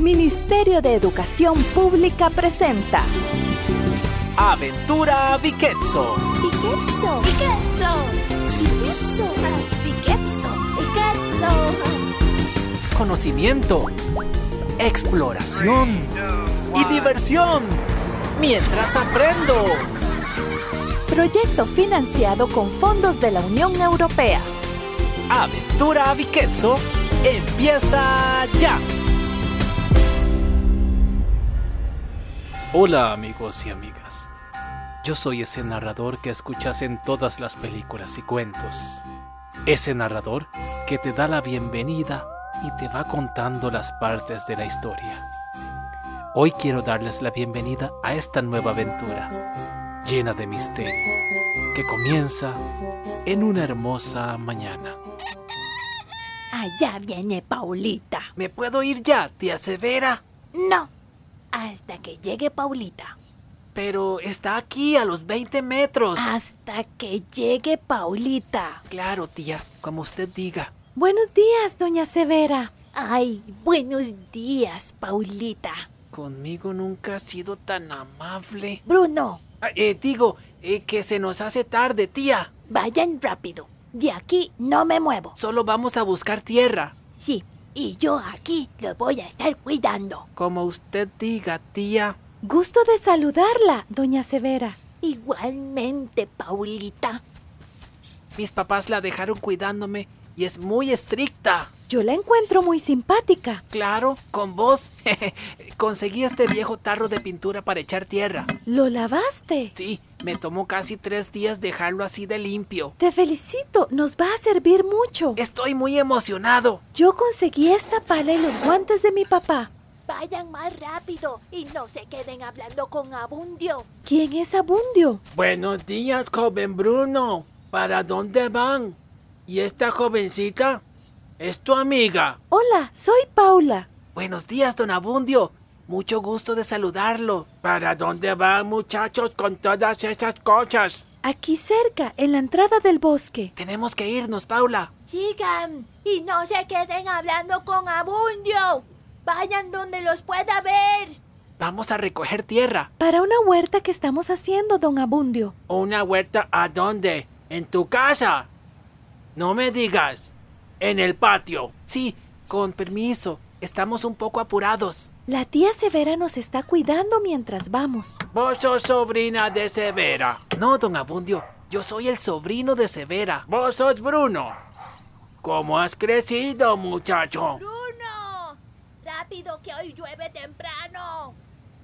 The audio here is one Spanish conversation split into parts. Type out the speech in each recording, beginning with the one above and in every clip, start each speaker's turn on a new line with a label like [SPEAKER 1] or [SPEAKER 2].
[SPEAKER 1] Ministerio de Educación Pública presenta
[SPEAKER 2] Aventura Viquetso.
[SPEAKER 1] Viquetso.
[SPEAKER 3] Piquetzo,
[SPEAKER 1] Viquetso. Viquetso.
[SPEAKER 3] Piquetzo,
[SPEAKER 2] Conocimiento, exploración y diversión. Mientras aprendo.
[SPEAKER 1] Proyecto financiado con fondos de la Unión Europea.
[SPEAKER 2] Aventura Viquetso empieza ya. Hola amigos y amigas. Yo soy ese narrador que escuchas en todas las películas y cuentos. Ese narrador que te da la bienvenida y te va contando las partes de la historia. Hoy quiero darles la bienvenida a esta nueva aventura, llena de misterio, que comienza en una hermosa mañana.
[SPEAKER 1] Allá viene Paulita.
[SPEAKER 2] ¿Me puedo ir ya, tía Severa?
[SPEAKER 1] No. Hasta que llegue Paulita.
[SPEAKER 2] Pero está aquí a los 20 metros.
[SPEAKER 1] Ah. Hasta que llegue Paulita.
[SPEAKER 2] Claro, tía, como usted diga.
[SPEAKER 1] Buenos días, doña Severa. Ay, buenos días, Paulita.
[SPEAKER 2] Conmigo nunca ha sido tan amable.
[SPEAKER 1] Bruno,
[SPEAKER 2] Ah, eh, digo, eh, que se nos hace tarde, tía.
[SPEAKER 1] vayan rápido. De aquí no me muevo.
[SPEAKER 2] Solo vamos a buscar tierra.
[SPEAKER 1] Sí, y yo aquí los voy a estar cuidando.
[SPEAKER 2] Como usted diga, tía.
[SPEAKER 1] Gusto de saludarla, doña Severa. Igualmente, Paulita.
[SPEAKER 2] Mis papás la dejaron cuidándome y es muy estricta.
[SPEAKER 1] Yo la encuentro muy simpática.
[SPEAKER 2] Claro, con vos. Conseguí este viejo tarro de pintura para echar tierra.
[SPEAKER 1] Lo lavaste.
[SPEAKER 2] Sí, me tomó casi tres días dejarlo así de limpio.
[SPEAKER 1] Te felicito, nos va a servir mucho.
[SPEAKER 2] Estoy muy emocionado.
[SPEAKER 1] Yo conseguí esta pala y los guantes de mi papá.
[SPEAKER 3] Vayan más rápido y no se queden hablando con abundio.
[SPEAKER 1] ¿Quién es Abundio?
[SPEAKER 2] Buenos días, joven Bruno. ¿Para dónde van? ¿Y esta jovencita? ¿Es tu amiga?
[SPEAKER 1] Hola, soy Paula.
[SPEAKER 2] Buenos días, don Abundio. Mucho gusto de saludarlo. ¿Para dónde van, muchachos, con todas esas cosas?
[SPEAKER 1] Aquí cerca, en la entrada del bosque.
[SPEAKER 2] Tenemos que irnos, Paula.
[SPEAKER 3] Sigan y no se queden hablando con abundio. Vayan donde los pueda ver.
[SPEAKER 2] Vamos a recoger tierra.
[SPEAKER 1] Para una huerta que estamos haciendo, don Abundio.
[SPEAKER 2] ¿Una huerta a dónde? ¿En tu casa? No me digas. En el patio. Sí, con permiso. Estamos un poco apurados.
[SPEAKER 1] La tía Severa nos está cuidando mientras vamos.
[SPEAKER 2] Vos sos sobrina de Severa. No, don Abundio. Yo soy el sobrino de Severa. Vos sos Bruno. ¿Cómo has crecido, muchacho?
[SPEAKER 3] Bruno, rápido que hoy llueve temprano.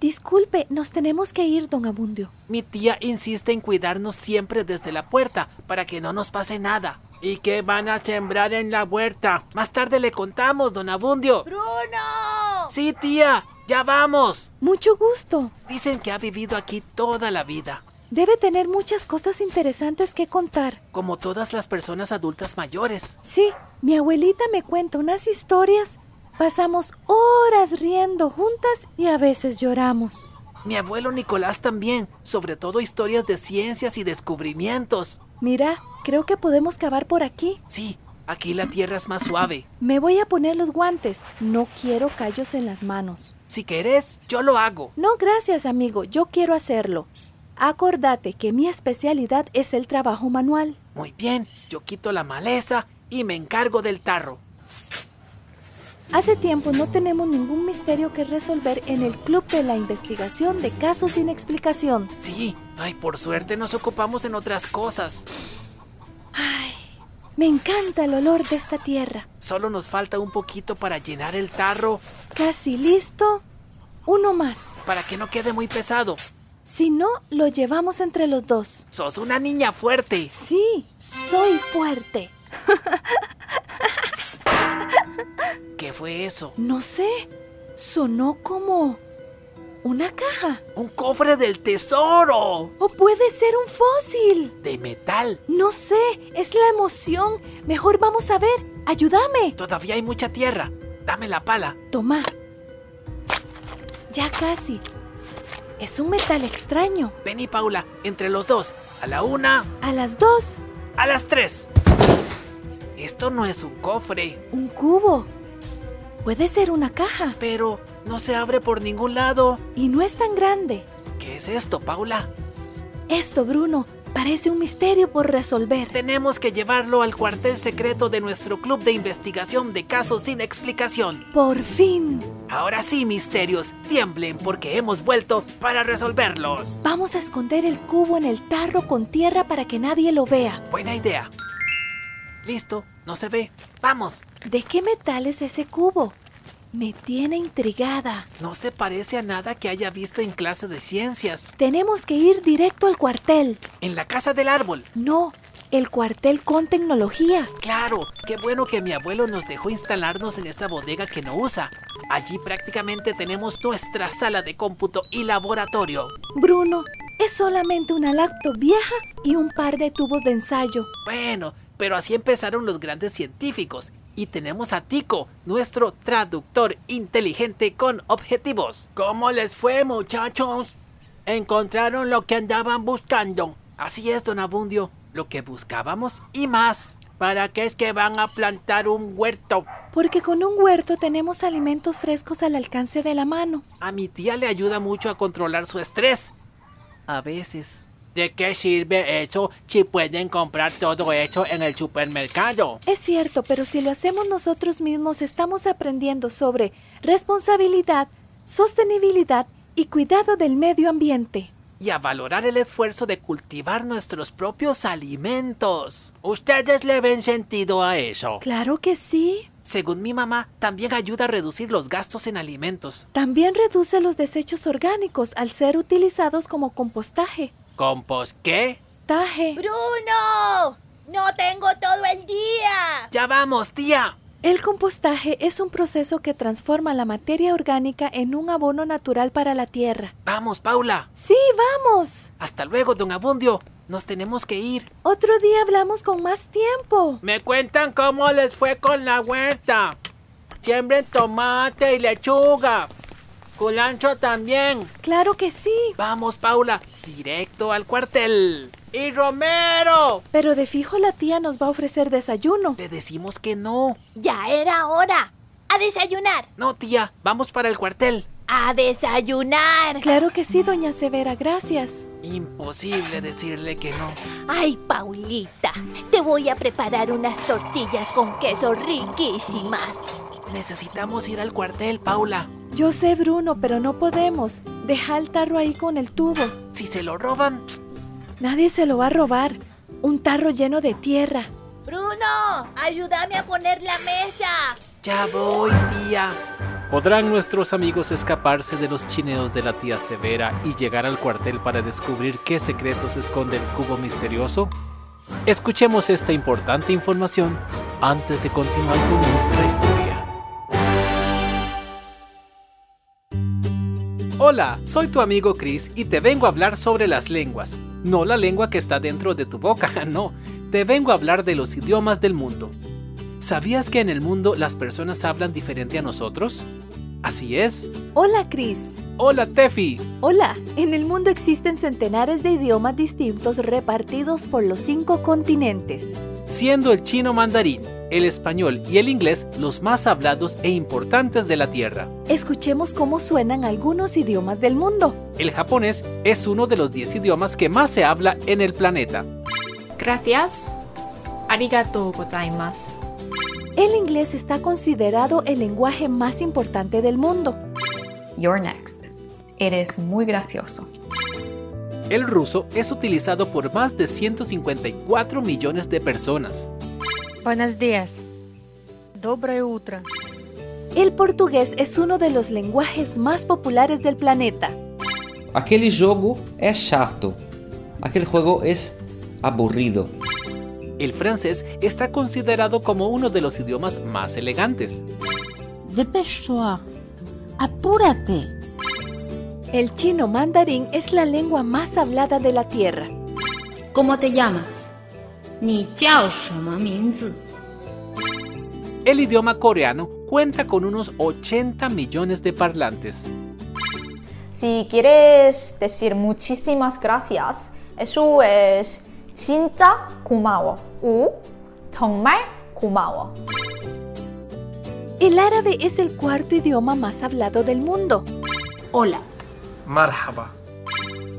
[SPEAKER 1] Disculpe, nos tenemos que ir, don Abundio.
[SPEAKER 2] Mi tía insiste en cuidarnos siempre desde la puerta para que no nos pase nada. ¿Y qué van a sembrar en la huerta? Más tarde le contamos, don Abundio.
[SPEAKER 3] Bruno.
[SPEAKER 2] Sí, tía, ya vamos.
[SPEAKER 1] Mucho gusto.
[SPEAKER 2] Dicen que ha vivido aquí toda la vida,
[SPEAKER 1] Debe tener muchas cosas interesantes que contar.
[SPEAKER 2] como todas las personas adultas mayores.
[SPEAKER 1] Sí, mi abuelita me cuenta unas historias. Pasamos horas riendo juntas y a veces lloramos.
[SPEAKER 2] Mi abuelo Nicolás también, sobre todo historias de ciencias y descubrimientos.
[SPEAKER 1] Mira, creo que podemos cavar por aquí.
[SPEAKER 2] Sí, aquí la tierra es más suave.
[SPEAKER 1] Me voy a poner los guantes. No quiero callos en las manos.
[SPEAKER 2] Si querés, yo lo hago.
[SPEAKER 1] No, gracias, amigo. Yo quiero hacerlo. Acordate que mi especialidad es el trabajo manual.
[SPEAKER 2] Muy bien, yo quito la maleza y me encargo del tarro.
[SPEAKER 1] Hace tiempo no tenemos ningún misterio que resolver en el Club de la Investigación de Casos sin Explicación.
[SPEAKER 2] Sí, ay, por suerte nos ocupamos en otras cosas.
[SPEAKER 1] Ay, me encanta el olor de esta tierra.
[SPEAKER 2] Solo nos falta un poquito para llenar el tarro,
[SPEAKER 1] Casi listo. Uno más.
[SPEAKER 2] para que no quede muy pesado.
[SPEAKER 1] Si no, lo llevamos entre los dos.
[SPEAKER 2] Sos una niña fuerte.
[SPEAKER 1] Sí, soy fuerte.
[SPEAKER 2] ¿Qué fue eso?
[SPEAKER 1] No sé, sonó como una caja.
[SPEAKER 2] ¡Un cofre del tesoro!
[SPEAKER 1] O puede ser un fósil.
[SPEAKER 2] De metal.
[SPEAKER 1] No sé, es la emoción. Mejor vamos a ver. Ayúdame.
[SPEAKER 2] Todavía hay mucha tierra. Dame la pala.
[SPEAKER 1] Toma. Ya casi. Es un metal extraño.
[SPEAKER 2] Ven y Paula, entre los dos. A la una,
[SPEAKER 1] A las dos,
[SPEAKER 2] a las tres. Esto no es un cofre,
[SPEAKER 1] un cubo. Puede ser una caja.
[SPEAKER 2] pero No se abre por ningún lado.
[SPEAKER 1] Y no es tan grande.
[SPEAKER 2] ¿Qué es esto, Paula?
[SPEAKER 1] Esto, Bruno, parece un misterio por resolver.
[SPEAKER 2] Tenemos que llevarlo al cuartel secreto de nuestro club de investigación de casos sin explicación.
[SPEAKER 1] Por fin.
[SPEAKER 2] Ahora sí, misterios, tiemblen porque hemos vuelto para resolverlos.
[SPEAKER 1] Vamos a esconder el cubo en el tarro con tierra para que nadie lo vea.
[SPEAKER 2] Buena idea. Listo, no se ve. Vamos.
[SPEAKER 1] ¿De qué metal es ese cubo? Me tiene intrigada.
[SPEAKER 2] No se parece a nada que haya visto en clase de ciencias.
[SPEAKER 1] Tenemos que ir directo al cuartel.
[SPEAKER 2] En la casa del árbol.
[SPEAKER 1] No, el cuartel con tecnología.
[SPEAKER 2] Claro, qué bueno que mi abuelo nos dejó instalarnos en esta bodega que no usa. Allí prácticamente tenemos nuestra sala de cómputo y laboratorio.
[SPEAKER 1] Bruno, es solamente una laptop vieja y un par de tubos de ensayo.
[SPEAKER 2] Bueno, pero así empezaron los grandes científicos. Y tenemos a Tico, nuestro traductor inteligente con objetivos.
[SPEAKER 4] ¿Cómo les fue, muchachos? Encontraron lo que andaban buscando.
[SPEAKER 2] Así es, don Abundio, lo que buscábamos y más.
[SPEAKER 4] ¿Para qué es que van a plantar un huerto?
[SPEAKER 1] Porque con un huerto tenemos alimentos frescos al alcance de la mano.
[SPEAKER 2] A mi tía le ayuda mucho a controlar su estrés. A veces.
[SPEAKER 4] ¿De qué sirve eso si pueden comprar todo eso en el supermercado?
[SPEAKER 1] Es cierto, pero si lo hacemos nosotros mismos estamos aprendiendo sobre responsabilidad, sostenibilidad y cuidado del medio ambiente.
[SPEAKER 2] Y a valorar el esfuerzo de cultivar nuestros propios alimentos.
[SPEAKER 4] ¿Ustedes le ven sentido a eso?
[SPEAKER 1] Claro que sí.
[SPEAKER 2] Según mi mamá, también ayuda a reducir los gastos en alimentos.
[SPEAKER 1] También reduce los desechos orgánicos al ser utilizados como compostaje.
[SPEAKER 4] ¿Compos qué?
[SPEAKER 1] Taje.
[SPEAKER 3] ¡Bruno! ¡No tengo todo el día!
[SPEAKER 2] ¡Ya vamos, tía!
[SPEAKER 1] El compostaje es un proceso que transforma la materia orgánica en un abono natural para la tierra.
[SPEAKER 2] ¡Vamos, Paula!
[SPEAKER 1] ¡Sí, vamos!
[SPEAKER 2] Hasta luego, don Abundio. Nos tenemos que ir.
[SPEAKER 1] Otro día hablamos con más tiempo.
[SPEAKER 4] Me cuentan cómo les fue con la huerta. Siembren tomate y lechuga. Culancho también.
[SPEAKER 1] Claro que sí.
[SPEAKER 2] Vamos, Paula, directo al cuartel.
[SPEAKER 4] ¡Y Romero!
[SPEAKER 1] Pero de fijo la tía nos va a ofrecer desayuno.
[SPEAKER 2] Le decimos que no.
[SPEAKER 3] Ya era hora. A desayunar.
[SPEAKER 2] No, tía, vamos para el cuartel.
[SPEAKER 3] A desayunar.
[SPEAKER 1] Claro que sí, doña Severa, gracias.
[SPEAKER 2] Imposible decirle que no.
[SPEAKER 3] Ay, Paulita, te voy a preparar unas tortillas con queso riquísimas.
[SPEAKER 2] Necesitamos ir al cuartel, Paula.
[SPEAKER 1] Yo sé, Bruno, pero no podemos. Deja el tarro ahí con el tubo.
[SPEAKER 2] Si se lo roban... pst,
[SPEAKER 1] Nadie se lo va a robar. Un tarro lleno de tierra.
[SPEAKER 3] Bruno, ayúdame a poner la mesa.
[SPEAKER 2] Ya voy, tía.
[SPEAKER 5] ¿Podrán nuestros amigos escaparse de los chineos de la tía Severa y llegar al cuartel para descubrir qué secretos esconde el cubo misterioso? Escuchemos esta importante información antes de continuar con nuestra historia. Hola, soy tu amigo Chris y te vengo a hablar sobre las lenguas. No la lengua que está dentro de tu boca, no. Te vengo a hablar de los idiomas del mundo. ¿Sabías que en el mundo las personas hablan diferente a nosotros? Así es.
[SPEAKER 1] Hola, Chris.
[SPEAKER 5] Hola, Tefi.
[SPEAKER 1] Hola. En el mundo existen centenares de idiomas distintos repartidos por los cinco continentes.
[SPEAKER 5] Siendo el chino mandarín, el español y el inglés los más hablados e importantes de la Tierra.
[SPEAKER 1] Escuchemos cómo suenan algunos idiomas del mundo.
[SPEAKER 5] El japonés es uno de los 10 idiomas que más se habla en el planeta.
[SPEAKER 6] Gracias. Arigatou gozaimasu.
[SPEAKER 1] El inglés está considerado el lenguaje más importante del mundo.
[SPEAKER 7] You're next. Eres muy gracioso.
[SPEAKER 5] El ruso es utilizado por más de 154 millones de personas.
[SPEAKER 8] Buenos días. Доброе утро.
[SPEAKER 1] El portugués es uno de los lenguajes más populares del planeta.
[SPEAKER 9] Aquele jogo é chato. Aquel juego es aburrido.
[SPEAKER 5] El francés está considerado como uno de los idiomas más elegantes.
[SPEAKER 10] Dépêche-toi. Apúrate.
[SPEAKER 1] El chino mandarín es la lengua más hablada de la Tierra.
[SPEAKER 11] ¿Cómo te llamas? Ni chao shama minzu.
[SPEAKER 5] El idioma coreano cuenta con unos 80 millones de parlantes.
[SPEAKER 12] Si quieres decir muchísimas gracias, eso es 진짜 고마워 u 정말 고마워.
[SPEAKER 1] El árabe es el cuarto idioma más hablado del mundo.
[SPEAKER 13] Hola.
[SPEAKER 14] Marhaba.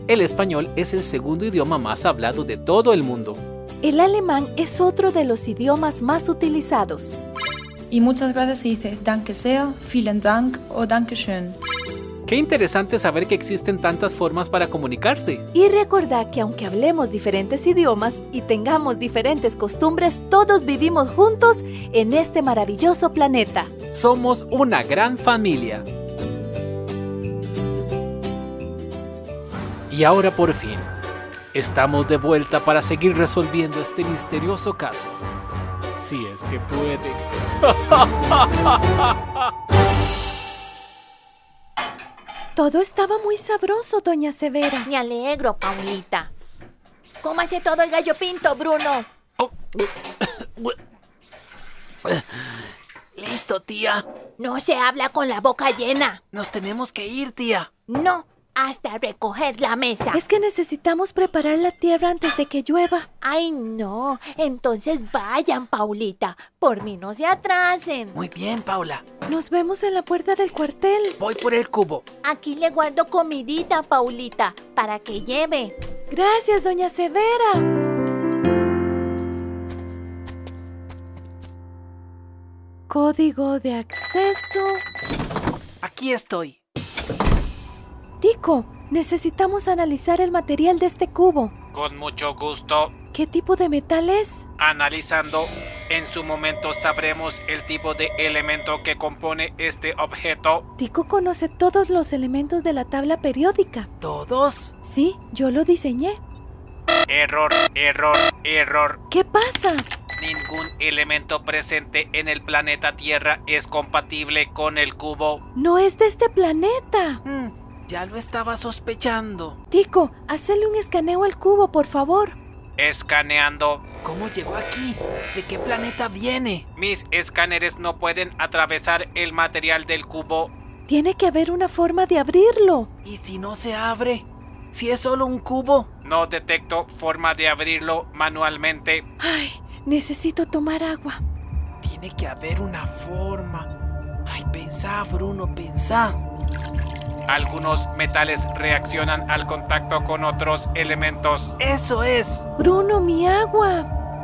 [SPEAKER 14] El español es el segundo idioma más hablado de todo el mundo.
[SPEAKER 1] El alemán es otro de los idiomas más utilizados.
[SPEAKER 15] Y muchas gracias se dice danke sehr, vielen Dank o danke schön.
[SPEAKER 14] Qué interesante saber que existen tantas formas para comunicarse.
[SPEAKER 1] Y recordad que aunque hablemos diferentes idiomas y tengamos diferentes costumbres, todos vivimos juntos en este maravilloso planeta.
[SPEAKER 14] Somos una gran familia. Y ahora por fin, estamos de vuelta para seguir resolviendo este misterioso caso. Si es que puede.
[SPEAKER 1] Todo estaba muy sabroso, doña Severa.
[SPEAKER 3] Me alegro, Paulita. Cómase todo el gallo pinto, Bruno.
[SPEAKER 12] Oh. Listo, tía.
[SPEAKER 3] No se habla con la boca llena.
[SPEAKER 12] Nos tenemos que ir, tía.
[SPEAKER 3] No, hasta recoger la mesa.
[SPEAKER 1] Es que necesitamos preparar la tierra antes de que llueva.
[SPEAKER 3] Ay, no. Entonces vayan, Paulita. Por mí no se atrasen.
[SPEAKER 12] Muy bien, Paula.
[SPEAKER 1] Nos vemos en la puerta del cuartel.
[SPEAKER 12] Voy por el cubo.
[SPEAKER 3] Aquí le guardo comidita, Paulita, para que lleve.
[SPEAKER 1] Gracias, doña Severa. Código de acceso.
[SPEAKER 12] Aquí estoy.
[SPEAKER 1] Tico, necesitamos analizar el material de este cubo.
[SPEAKER 2] Con mucho gusto.
[SPEAKER 1] ¿Qué tipo de metal es?
[SPEAKER 2] Analizando, en su momento sabremos el tipo de elemento que compone este objeto.
[SPEAKER 1] Tico conoce todos los elementos de la tabla periódica.
[SPEAKER 12] ¿Todos?
[SPEAKER 1] Sí, yo lo diseñé.
[SPEAKER 2] Error, error, error.
[SPEAKER 1] ¿Qué pasa?
[SPEAKER 2] Ningún elemento presente en el planeta Tierra es compatible con el cubo.
[SPEAKER 1] No es de este planeta.
[SPEAKER 12] Mm. Ya lo estaba sospechando.
[SPEAKER 1] Tico, hazle un escaneo al cubo, por favor.
[SPEAKER 2] Escaneando.
[SPEAKER 12] ¿Cómo llegó aquí? ¿De qué planeta viene?
[SPEAKER 2] Mis escáneres no pueden atravesar el material del cubo.
[SPEAKER 1] Tiene que haber una forma de abrirlo.
[SPEAKER 12] ¿Y si no se abre? ¿Si es solo un cubo?
[SPEAKER 2] No detecto forma de abrirlo manualmente.
[SPEAKER 1] Ay, necesito tomar agua.
[SPEAKER 12] Tiene que haber una forma. Ay, pensá, Bruno, pensá.
[SPEAKER 2] Algunos metales reaccionan al contacto con otros elementos.
[SPEAKER 12] ¡Eso es!
[SPEAKER 1] Bruno, mi agua.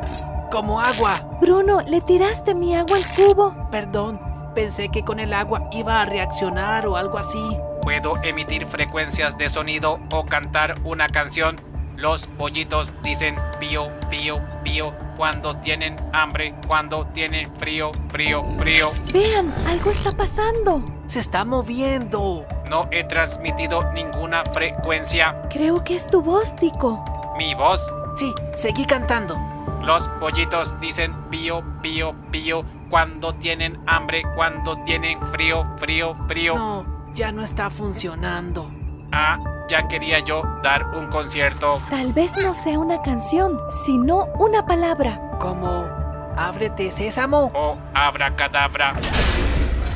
[SPEAKER 12] ¿Como agua?
[SPEAKER 1] Bruno, le tiraste mi agua al cubo.
[SPEAKER 12] Perdón, pensé que con el agua iba a reaccionar o algo así.
[SPEAKER 2] Puedo emitir frecuencias de sonido o cantar una canción. Los pollitos dicen pío, pío, pío cuando tienen hambre, cuando tienen frío, frío, frío.
[SPEAKER 1] Vean, algo está pasando.
[SPEAKER 12] Se está moviendo.
[SPEAKER 2] No he transmitido ninguna frecuencia.
[SPEAKER 1] Creo que es tu voz, Tico.
[SPEAKER 2] ¿Mi voz?
[SPEAKER 12] Sí, seguí cantando.
[SPEAKER 2] Los pollitos dicen pío, pío, pío cuando tienen hambre, cuando tienen frío, frío, frío.
[SPEAKER 12] No, ya no está funcionando.
[SPEAKER 2] Ah, ya quería yo dar un concierto.
[SPEAKER 1] Tal vez no sea una canción, sino una palabra.
[SPEAKER 12] Como ábrete sésamo.
[SPEAKER 2] O abracadabra.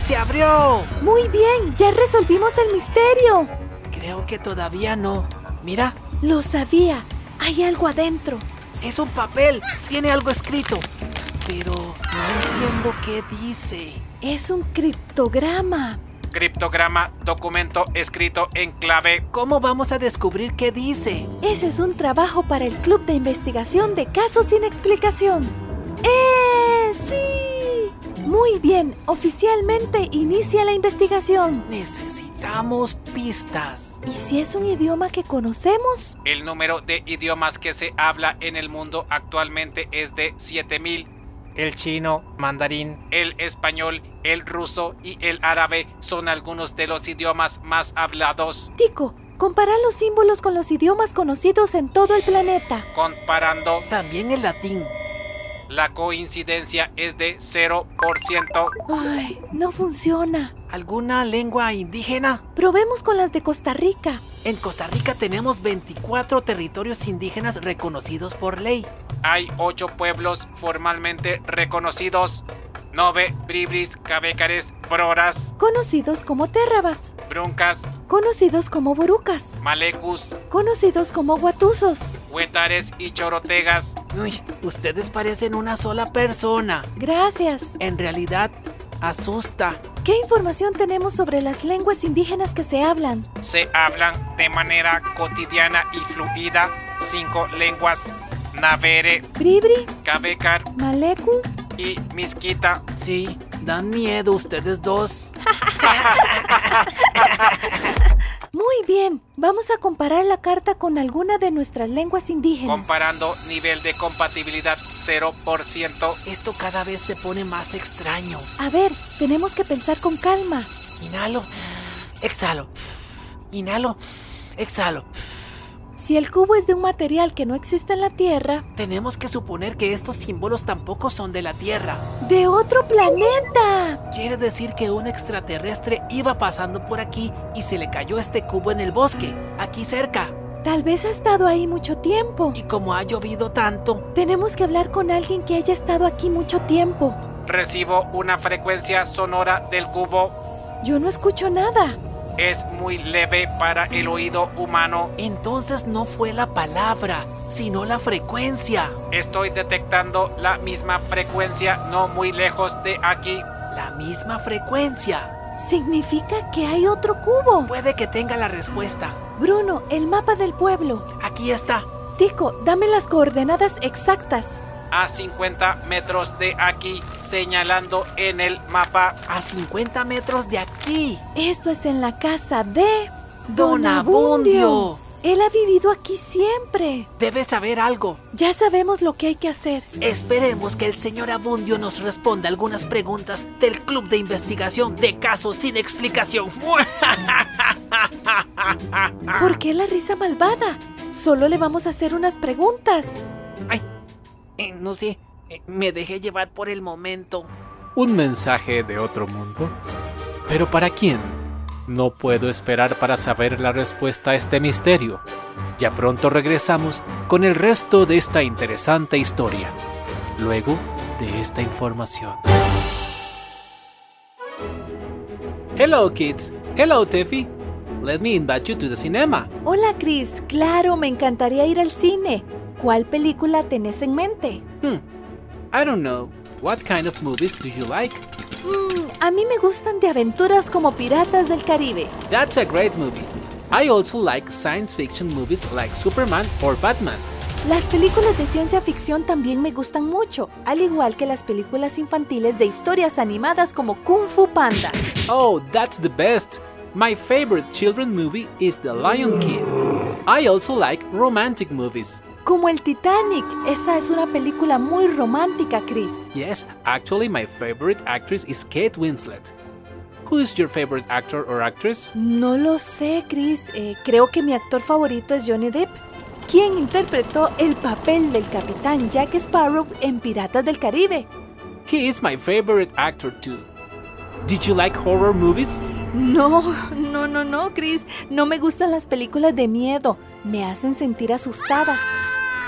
[SPEAKER 12] ¡Se abrió!
[SPEAKER 1] Muy bien, ya resolvimos el misterio.
[SPEAKER 12] Creo que todavía no. Mira.
[SPEAKER 1] Lo sabía. Hay algo adentro.
[SPEAKER 12] Es un papel. Tiene algo escrito. Pero no entiendo qué dice.
[SPEAKER 1] Es un criptograma
[SPEAKER 2] criptograma, documento escrito en clave.
[SPEAKER 12] ¿Cómo vamos a descubrir qué dice?
[SPEAKER 1] Ese es un trabajo para el Club de Investigación de Casos sin Explicación. ¡Eh! ¡Sí! Muy bien, oficialmente inicia la investigación.
[SPEAKER 12] Necesitamos pistas.
[SPEAKER 1] ¿Y si es un idioma que conocemos?
[SPEAKER 2] El número de idiomas que se habla en el mundo actualmente es de 7000
[SPEAKER 16] el chino, mandarín,
[SPEAKER 2] el español, el ruso y el árabe son algunos de los idiomas más hablados.
[SPEAKER 1] Tico, compara los símbolos con los idiomas conocidos en todo el planeta.
[SPEAKER 2] Comparando
[SPEAKER 12] también el latín.
[SPEAKER 2] La coincidencia es de 0%.
[SPEAKER 1] Ay, no funciona.
[SPEAKER 12] ¿Alguna lengua indígena?
[SPEAKER 1] Probemos con las de Costa Rica.
[SPEAKER 12] En Costa Rica tenemos 24 territorios indígenas reconocidos por ley.
[SPEAKER 2] Hay 8 pueblos formalmente reconocidos. Nove, Bribris, Cabecares, Broras.
[SPEAKER 1] Conocidos como Terrabas.
[SPEAKER 2] Bruncas.
[SPEAKER 1] Conocidos como Borucas.
[SPEAKER 2] Malecus.
[SPEAKER 1] Conocidos como Guatuzos.
[SPEAKER 2] Huetares y Chorotegas.
[SPEAKER 12] Uy, ustedes parecen una sola persona.
[SPEAKER 1] Gracias.
[SPEAKER 12] En realidad,
[SPEAKER 8] Asusta.
[SPEAKER 1] ¿Qué información tenemos sobre las lenguas indígenas que se hablan?
[SPEAKER 17] Se hablan de manera cotidiana y fluida cinco lenguas: Navere,
[SPEAKER 1] Bribri,
[SPEAKER 17] Cabecar
[SPEAKER 1] Maleku.
[SPEAKER 17] y Misquita.
[SPEAKER 8] Sí, dan miedo ustedes dos.
[SPEAKER 1] Muy bien, vamos a comparar la carta con alguna de nuestras lenguas indígenas.
[SPEAKER 17] Comparando nivel de compatibilidad 0%.
[SPEAKER 8] Esto cada vez se pone más extraño.
[SPEAKER 1] A ver, tenemos que pensar con calma.
[SPEAKER 8] Inhalo, exhalo. Inhalo, exhalo.
[SPEAKER 1] Si el cubo es de un material que no existe en la Tierra,
[SPEAKER 8] Tenemos que suponer que estos símbolos tampoco son de la Tierra.
[SPEAKER 1] de otro planeta.
[SPEAKER 8] Quiere decir que un extraterrestre iba pasando por aquí y se le cayó este cubo en el bosque, aquí cerca.
[SPEAKER 1] Tal vez ha estado ahí mucho tiempo.
[SPEAKER 8] Y como ha llovido tanto,
[SPEAKER 1] Tenemos que hablar con alguien que haya estado aquí mucho tiempo.
[SPEAKER 17] Recibo una frecuencia sonora del cubo.
[SPEAKER 1] Yo no escucho nada.
[SPEAKER 17] Es muy leve para el oído humano.
[SPEAKER 8] entonces no fue la palabra, sino la frecuencia.
[SPEAKER 17] Estoy detectando la misma frecuencia no muy lejos de aquí.
[SPEAKER 8] La misma frecuencia.
[SPEAKER 1] Significa que hay otro cubo.
[SPEAKER 8] Puede que tenga la respuesta.
[SPEAKER 1] Bruno, el mapa del pueblo.
[SPEAKER 8] Aquí está.
[SPEAKER 1] Tico, dame las coordenadas exactas.
[SPEAKER 17] A 50 metros de aquí, señalando en el mapa.
[SPEAKER 8] A 50 metros de aquí.
[SPEAKER 1] Esto es en la casa de...
[SPEAKER 8] Don Abundio.
[SPEAKER 1] Él ha vivido aquí siempre.
[SPEAKER 8] Debe saber algo.
[SPEAKER 1] Ya sabemos lo que hay que hacer.
[SPEAKER 8] Esperemos que el señor Abundio nos responda algunas preguntas del Club de Investigación de Casos Sin Explicación.
[SPEAKER 1] ¿Por qué la risa malvada? Solo le vamos a hacer unas preguntas.
[SPEAKER 8] Eh, no sé, eh, me dejé llevar por el momento.
[SPEAKER 18] Un mensaje de otro mundo. ¿Pero para quién? No puedo esperar para saber la respuesta a este misterio. Ya pronto regresamos con el resto de esta interesante historia. Luego de esta información.
[SPEAKER 2] Hello, kids. Hello, Tiffy. Let me invite you to the cinema.
[SPEAKER 1] Hola, Chris. Claro, me encantaría ir al cine. ¿Cuál película tenés en mente?
[SPEAKER 2] Hmm. I don't know. What kind of movies do you like?
[SPEAKER 1] Mm, a mí me gustan de aventuras como Piratas del Caribe.
[SPEAKER 2] That's a great movie. I also like science fiction movies like Superman or Batman.
[SPEAKER 1] Las películas de ciencia ficción también me gustan mucho, al igual que las películas infantiles de historias animadas como Kung Fu Panda.
[SPEAKER 2] Oh, that's the best! My favorite children movie is The Lion King. I also like romantic movies.
[SPEAKER 1] Como el Titanic, esa es una película muy romántica, Chris.
[SPEAKER 2] Yes, actually, my favorite actress is Kate Winslet. Who is your favorite actor or actress?
[SPEAKER 1] No lo sé, Chris. Eh, creo que mi actor favorito es Johnny Depp, quien interpretó el papel del capitán Jack Sparrow en Piratas del Caribe.
[SPEAKER 2] He is my favorite actor too. Did you like horror movies?
[SPEAKER 1] No, no, no, no, Chris. No me gustan las películas de miedo. Me hacen sentir asustada.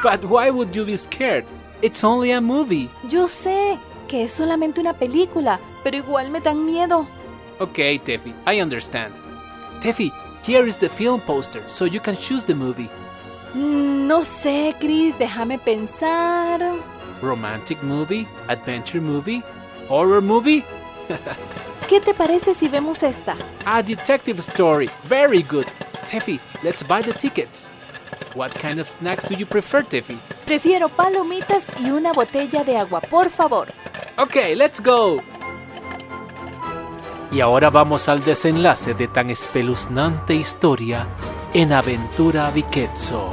[SPEAKER 2] But why would you be scared? It's only a movie.
[SPEAKER 1] Yo sé que es solamente una película, pero igual me dan miedo.
[SPEAKER 2] Okay, Teffy, I understand. Teffy, here is the film poster, so you can choose the movie.
[SPEAKER 1] Mm, No sé, Chris, déjame pensar.
[SPEAKER 2] Romantic movie, adventure movie, horror movie,
[SPEAKER 1] ¿Qué te parece si vemos esta?
[SPEAKER 2] a detective story. Very good. Teffy, let's buy the tickets. What kind of snacks do you prefer, Teffy?
[SPEAKER 1] Prefiero palomitas y una botella de agua, por favor.
[SPEAKER 2] Okay, let's go.
[SPEAKER 18] Y ahora vamos al desenlace de tan espeluznante historia en Aventura Viquetzo.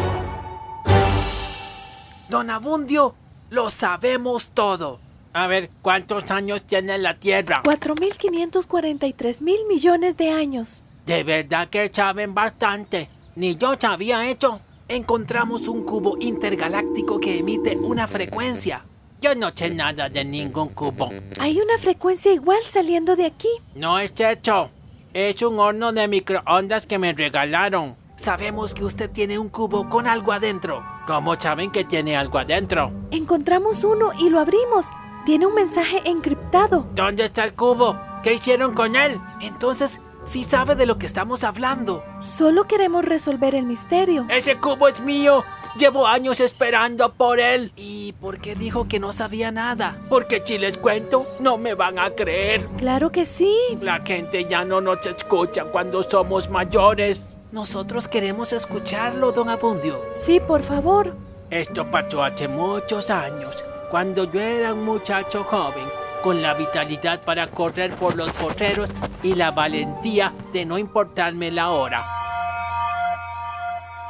[SPEAKER 8] Don Abundio, lo sabemos todo.
[SPEAKER 2] A ver, ¿cuántos años tiene la Tierra?
[SPEAKER 1] Pues- 4.543 mil millones de años.
[SPEAKER 8] De verdad que saben bastante. Ni yo sabía eso. Encontramos un cubo intergaláctico que emite una frecuencia. Yo no sé nada de ningún cubo.
[SPEAKER 1] Hay una frecuencia igual saliendo de aquí.
[SPEAKER 2] No es hecho. Es un horno de microondas que me regalaron.
[SPEAKER 8] Sabemos que usted tiene un cubo con algo adentro.
[SPEAKER 2] ¿Cómo saben que tiene algo adentro?
[SPEAKER 1] Encontramos uno y lo abrimos. Tiene un mensaje encriptado.
[SPEAKER 2] ¿Dónde está el cubo? ¿Qué hicieron con él?
[SPEAKER 8] Entonces,
[SPEAKER 2] sí sabe de lo que estamos hablando.
[SPEAKER 1] Solo queremos resolver el misterio.
[SPEAKER 2] Ese cubo es mío. Llevo años esperando por él. ¿Y por qué dijo que no sabía nada? Porque si les cuento, no me van a creer.
[SPEAKER 1] Claro que sí.
[SPEAKER 2] La gente ya no nos escucha cuando somos mayores. Nosotros queremos escucharlo, don Abundio.
[SPEAKER 1] Sí, por favor.
[SPEAKER 2] Esto pasó hace muchos años, cuando yo era un muchacho joven con la vitalidad para correr por los potreros y la valentía de no importarme la hora.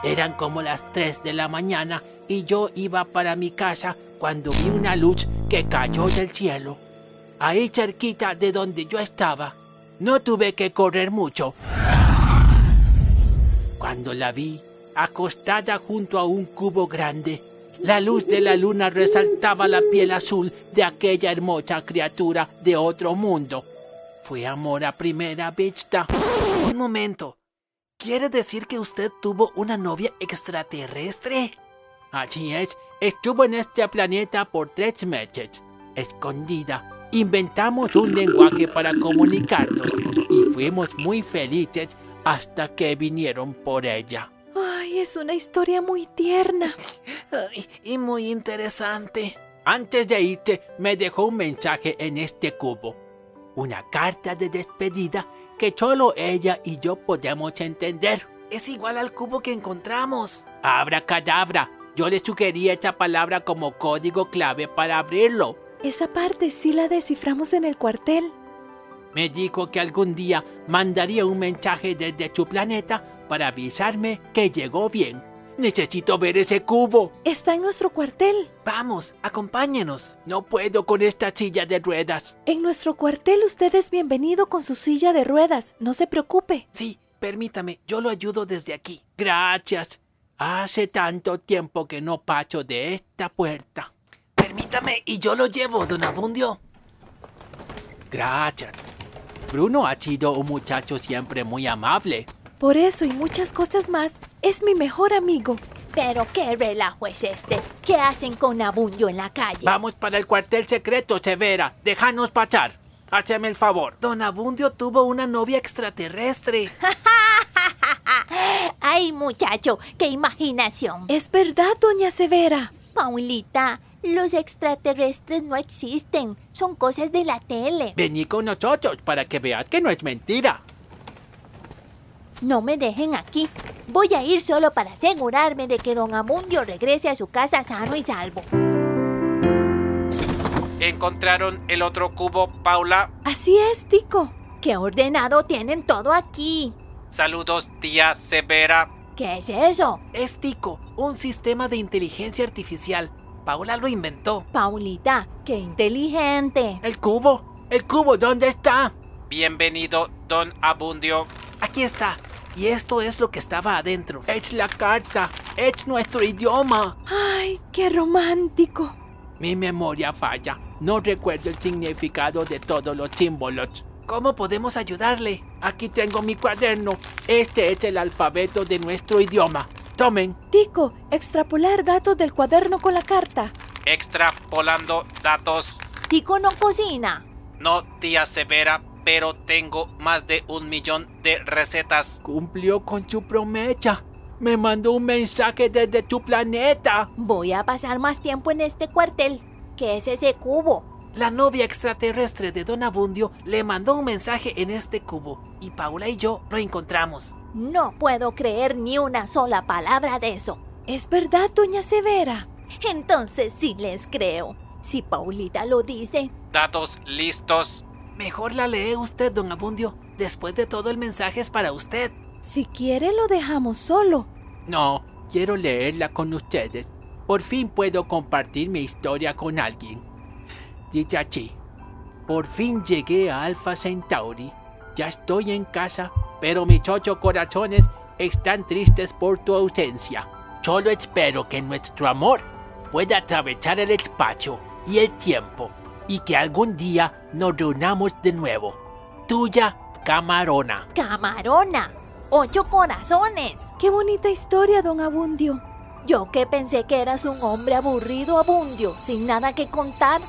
[SPEAKER 2] Eran como las 3 de la mañana y yo iba para mi casa cuando vi una luz que cayó del cielo, ahí cerquita de donde yo estaba. No tuve que correr mucho. Cuando la vi, acostada junto a un cubo grande, la luz de la luna resaltaba la piel azul de aquella hermosa criatura de otro mundo. Fue amor a primera vista. Un momento. ¿Quiere decir que usted tuvo una novia extraterrestre? Así es, estuvo en este planeta por tres meses, escondida. Inventamos un lenguaje para comunicarnos y fuimos muy felices hasta que vinieron por ella.
[SPEAKER 1] Ay, es una historia muy tierna.
[SPEAKER 2] Ay, y muy interesante. Antes de irte, me dejó un mensaje en este cubo. Una carta de despedida que solo ella y yo podemos entender. Es igual al cubo que encontramos. Abra cadabra. Yo le sugería esa palabra como código clave para abrirlo.
[SPEAKER 1] Esa parte sí la desciframos en el cuartel.
[SPEAKER 2] Me dijo que algún día mandaría un mensaje desde su planeta para avisarme que llegó bien. Necesito ver ese cubo.
[SPEAKER 1] Está en nuestro cuartel.
[SPEAKER 2] Vamos, acompáñenos. No puedo con esta silla de ruedas.
[SPEAKER 1] En nuestro cuartel usted es bienvenido con su silla de ruedas. No se preocupe.
[SPEAKER 2] Sí, permítame, yo lo ayudo desde aquí. Gracias. Hace tanto tiempo que no pacho de esta puerta. Permítame y yo lo llevo, don Abundio. Gracias. Bruno ha sido un muchacho siempre muy amable.
[SPEAKER 1] Por eso y muchas cosas más, es mi mejor amigo.
[SPEAKER 3] Pero qué relajo es este. ¿Qué hacen con Abundio en la calle?
[SPEAKER 2] Vamos para el cuartel secreto, Severa. Déjanos pasar. Háceme el favor. Don Abundio tuvo una novia extraterrestre.
[SPEAKER 3] Ay, muchacho, qué imaginación.
[SPEAKER 1] Es verdad, doña Severa.
[SPEAKER 3] Eh, Paulita, los extraterrestres no existen. Son cosas de la tele.
[SPEAKER 2] Vení con nosotros para que veas que no es mentira.
[SPEAKER 3] No me dejen aquí. Voy a ir solo para asegurarme de que don Amundio regrese a su casa sano y salvo.
[SPEAKER 19] Encontraron el otro cubo, Paula.
[SPEAKER 1] Así es, Tico.
[SPEAKER 3] Qué ordenado tienen todo aquí.
[SPEAKER 19] Saludos, tía Severa.
[SPEAKER 3] ¿Qué es eso?
[SPEAKER 2] Es Tico, un sistema de inteligencia artificial. Paula lo inventó.
[SPEAKER 3] Paulita, qué inteligente.
[SPEAKER 2] El cubo. El cubo, ¿dónde está?
[SPEAKER 19] Bienvenido, don Abundio.
[SPEAKER 2] Aquí está. Y esto es lo que estaba adentro. Es la carta. Es nuestro idioma.
[SPEAKER 1] ¡Ay, qué romántico!
[SPEAKER 2] Mi memoria falla. No recuerdo el significado de todos los símbolos. ¿Cómo podemos ayudarle? Aquí tengo mi cuaderno. Este es el alfabeto de nuestro idioma. Tomen.
[SPEAKER 1] Tico, extrapolar datos del cuaderno con la carta.
[SPEAKER 19] Extrapolando datos.
[SPEAKER 3] Tico no cocina.
[SPEAKER 19] No, tía Severa, pero tengo más de un millón de recetas.
[SPEAKER 2] Cumplió con su promesa. Me mandó un mensaje desde tu planeta.
[SPEAKER 3] Voy a pasar más tiempo en este cuartel. ¿Qué es ese cubo?
[SPEAKER 2] La novia extraterrestre de Don Abundio le mandó un mensaje en este cubo y Paula y yo lo encontramos.
[SPEAKER 3] No puedo creer ni una sola palabra de eso.
[SPEAKER 1] Es verdad, doña Severa.
[SPEAKER 3] Entonces sí les creo. Si Paulita lo dice.
[SPEAKER 19] Datos listos.
[SPEAKER 2] Mejor la lee usted, don Abundio. Después de todo el mensaje es para usted.
[SPEAKER 1] Si quiere lo dejamos solo.
[SPEAKER 2] No, quiero leerla con ustedes. Por fin puedo compartir mi historia con alguien. Dice así. Por fin llegué a Alpha Centauri. Ya estoy en casa, pero mis ocho corazones están tristes por tu ausencia. Solo espero que nuestro amor pueda atravesar el espacio y el tiempo y que algún día nos reunamos de nuevo. Tuya, Camarona.
[SPEAKER 3] Camarona. Ocho corazones.
[SPEAKER 1] Qué bonita historia, don Abundio.
[SPEAKER 3] Yo que pensé que eras un hombre aburrido, Abundio, sin nada que contar.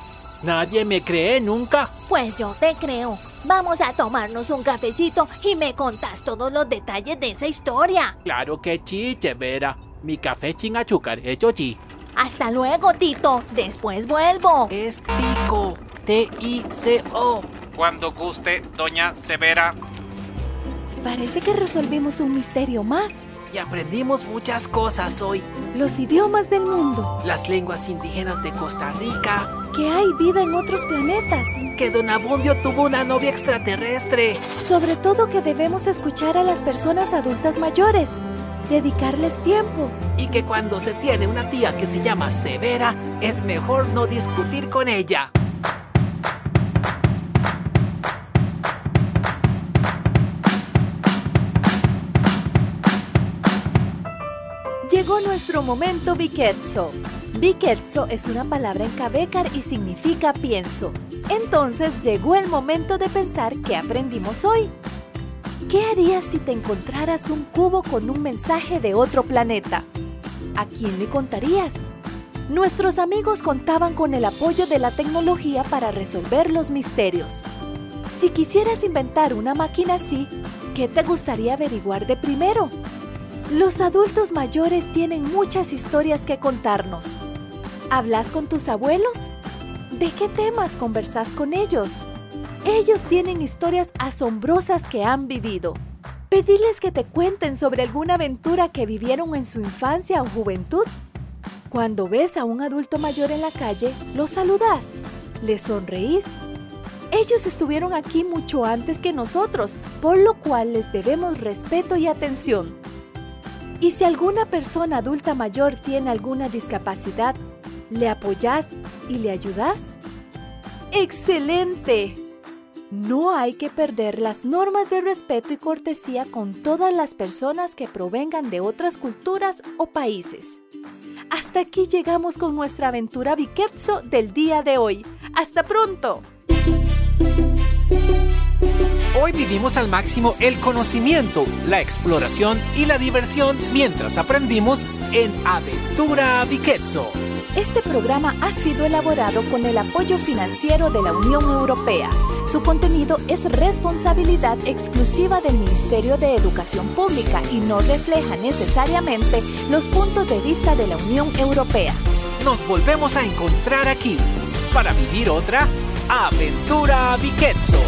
[SPEAKER 2] Nadie me cree nunca.
[SPEAKER 3] Pues yo te creo. Vamos a tomarnos un cafecito y me contás todos los detalles de esa historia.
[SPEAKER 2] Claro que sí, Vera. Mi café sin azúcar, hecho sí.
[SPEAKER 3] Hasta luego, Tito. Después vuelvo.
[SPEAKER 4] Es Tico. T-I-C-O.
[SPEAKER 19] Cuando guste, Doña Severa.
[SPEAKER 1] Parece que resolvimos un misterio más.
[SPEAKER 4] Y aprendimos muchas cosas hoy.
[SPEAKER 1] Los idiomas del mundo.
[SPEAKER 4] Las lenguas indígenas de Costa Rica.
[SPEAKER 1] Que hay vida en otros planetas.
[SPEAKER 4] Que Don Abundio tuvo una novia extraterrestre.
[SPEAKER 1] Sobre todo que debemos escuchar a las personas adultas mayores. Dedicarles tiempo.
[SPEAKER 4] Y que cuando se tiene una tía que se llama Severa, es mejor no discutir con ella.
[SPEAKER 1] Llegó nuestro momento Biketso. Biketso es una palabra en Kabekar y significa pienso. Entonces llegó el momento de pensar qué aprendimos hoy. ¿Qué harías si te encontraras un cubo con un mensaje de otro planeta? ¿A quién le contarías? Nuestros amigos contaban con el apoyo de la tecnología para resolver los misterios. Si quisieras inventar una máquina así, ¿qué te gustaría averiguar de primero? Los adultos mayores tienen muchas historias que contarnos. ¿Hablas con tus abuelos? ¿De qué temas conversas con ellos? Ellos tienen historias asombrosas que han vivido. Pedirles que te cuenten sobre alguna aventura que vivieron en su infancia o juventud. Cuando ves a un adulto mayor en la calle, lo saludas, le sonreís. Ellos estuvieron aquí mucho antes que nosotros, por lo cual les debemos respeto y atención. Y si alguna persona adulta mayor tiene alguna discapacidad, ¿le apoyas y le ayudas? ¡Excelente! No hay que perder las normas de respeto y cortesía con todas las personas que provengan de otras culturas o países. Hasta aquí llegamos con nuestra aventura Biquetso del día de hoy. ¡Hasta pronto!
[SPEAKER 20] Hoy vivimos al máximo el conocimiento, la exploración y la diversión mientras aprendimos en Aventura Viquetso.
[SPEAKER 1] Este programa ha sido elaborado con el apoyo financiero de la Unión Europea. Su contenido es responsabilidad exclusiva del Ministerio de Educación Pública y no refleja necesariamente los puntos de vista de la Unión Europea.
[SPEAKER 20] Nos volvemos a encontrar aquí para vivir otra Aventura Viquetso.